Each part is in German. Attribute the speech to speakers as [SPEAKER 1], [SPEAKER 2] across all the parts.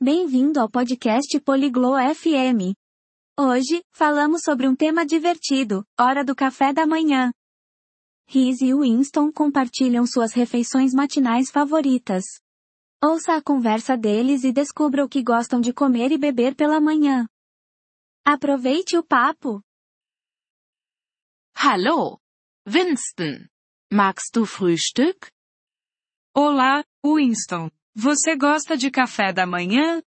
[SPEAKER 1] Bem-vindo ao podcast Poliglo FM. Hoje, falamos sobre um tema divertido, hora do café da manhã. Riz e Winston compartilham suas refeições matinais favoritas. Ouça a conversa deles e descubra o que gostam de comer e beber pela manhã. Aproveite o papo!
[SPEAKER 2] Hallo. Winston. Magst du Frühstück?
[SPEAKER 3] Olá, Winston. Você gosta de café da manhã?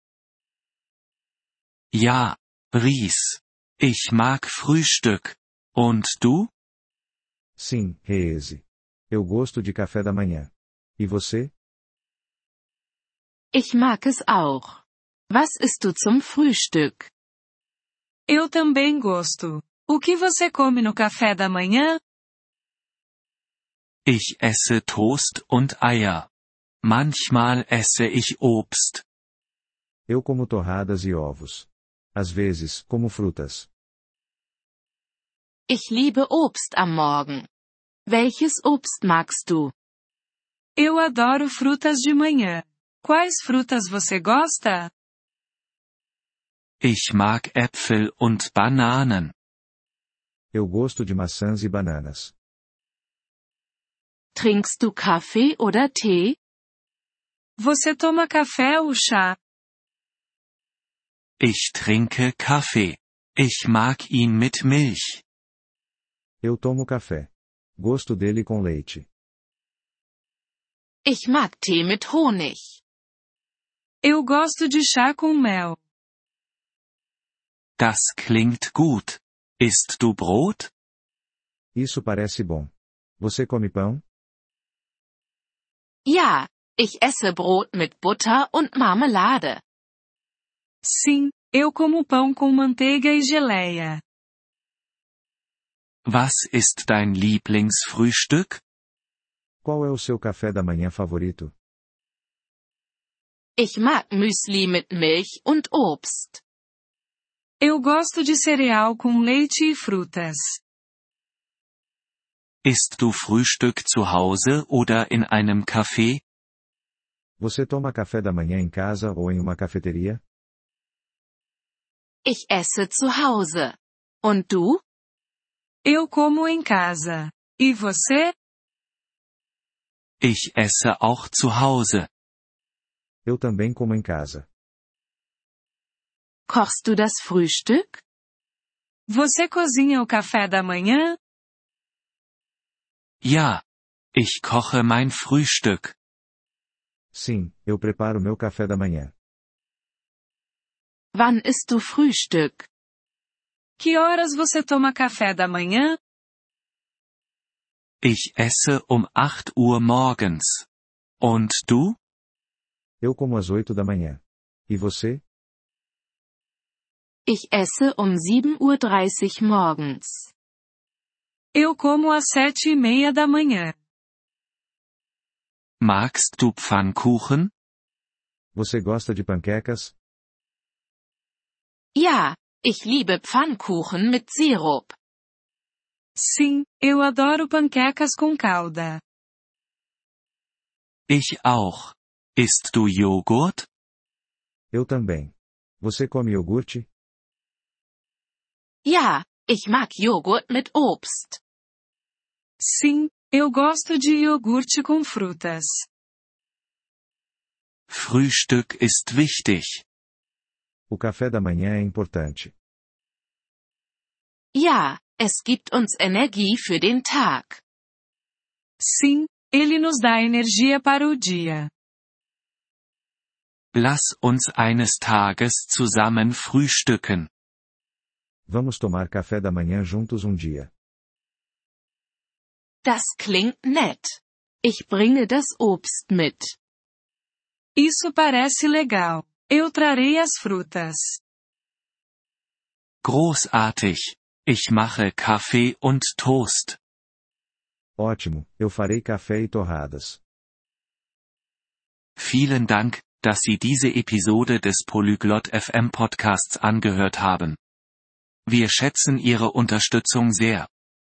[SPEAKER 4] Ja, Ries. Ich mag Frühstück. Und du?
[SPEAKER 5] Sim, Reese. Eu gosto de café da manhã. E você?
[SPEAKER 2] Ich mag es auch. Was isst du zum Frühstück?
[SPEAKER 3] Eu também gosto. O que você come no café da manhã?
[SPEAKER 4] Ich esse Toast und Eier. Manchmal esse ich Obst.
[SPEAKER 5] Eu como torradas e ovos. Às vezes, como frutas.
[SPEAKER 2] Ich liebe Obst am Morgen. Welches Obst magst du?
[SPEAKER 3] Eu adoro frutas de manhã. Quais frutas você gosta?
[SPEAKER 4] Ich mag Äpfel und Bananen.
[SPEAKER 5] Eu gosto de maçãs e bananas.
[SPEAKER 2] Trinkst du Kaffee oder Tee?
[SPEAKER 3] Você toma café ou chá?
[SPEAKER 4] Ich trinke Kaffee. Ich mag ihn mit Milch.
[SPEAKER 5] Eu tomo café. Gosto dele com leite.
[SPEAKER 2] Ich mag Tee mit Honig.
[SPEAKER 3] Eu gosto de chá com mel.
[SPEAKER 4] Das klingt gut. Isst du Brot?
[SPEAKER 5] Isso parece bom. Você come pão?
[SPEAKER 2] Ja, ich esse Brot mit Butter und Marmelade.
[SPEAKER 3] Sim, eu como pão com manteiga e geleia.
[SPEAKER 4] Was ist dein Lieblingsfrühstück?
[SPEAKER 5] Qual é o seu café da manhã favorito?
[SPEAKER 2] Ich mag Müsli mit Milch und Obst.
[SPEAKER 3] Eu gosto de cereal com leite e frutas.
[SPEAKER 4] Isst du Frühstück zu Hause oder in einem Café?
[SPEAKER 5] Você toma café da manhã em casa ou em uma cafeteria?
[SPEAKER 2] Ich esse zu Hause. Und du?
[SPEAKER 3] Eu como em casa. E você?
[SPEAKER 4] Ich esse auch zu Hause.
[SPEAKER 5] Eu também como em casa.
[SPEAKER 2] Kochst du das Frühstück?
[SPEAKER 3] Você cozinha o café da manhã?
[SPEAKER 4] Ja. Ich koche mein Frühstück.
[SPEAKER 5] Sim, eu preparo meu café da manhã.
[SPEAKER 2] Wann isst du Frühstück?
[SPEAKER 3] Que horas você toma café da manhã?
[SPEAKER 4] Ich esse um 8 Uhr morgens. Und du?
[SPEAKER 5] Eu como às oito da manhã. E você?
[SPEAKER 2] Ich esse um 7.30 Uhr morgens.
[SPEAKER 3] Eu como às sete e meia da manhã.
[SPEAKER 4] Magst du Pfannkuchen?
[SPEAKER 5] Você gosta de panquecas?
[SPEAKER 2] Ja, ich liebe Pfannkuchen mit Sirup.
[SPEAKER 3] Sim, eu adoro panquecas com calda.
[SPEAKER 4] Ich auch. Isst du Joghurt?
[SPEAKER 5] Eu também. Você come iogurte?
[SPEAKER 2] Ja, ich mag Joghurt mit Obst.
[SPEAKER 3] Sim, eu gosto de iogurte com frutas.
[SPEAKER 4] Frühstück ist wichtig.
[SPEAKER 5] O café da manhã é importante.
[SPEAKER 2] Ja, es gibt uns Energie für den Tag.
[SPEAKER 3] Sim, ele nos dá energia para o dia.
[SPEAKER 4] Lass uns eines Tages zusammen frühstücken.
[SPEAKER 5] Vamos tomar café da manhã juntos um dia.
[SPEAKER 2] Das klingt nett. Ich bringe das Obst mit.
[SPEAKER 3] Isso parece legal. Eu trarei as frutas.
[SPEAKER 4] Großartig. Ich mache Kaffee und Toast.
[SPEAKER 5] Ótimo, eu farei café e torradas.
[SPEAKER 4] Vielen Dank, dass Sie diese Episode des Polyglot FM Podcasts angehört haben. Wir schätzen Ihre Unterstützung sehr.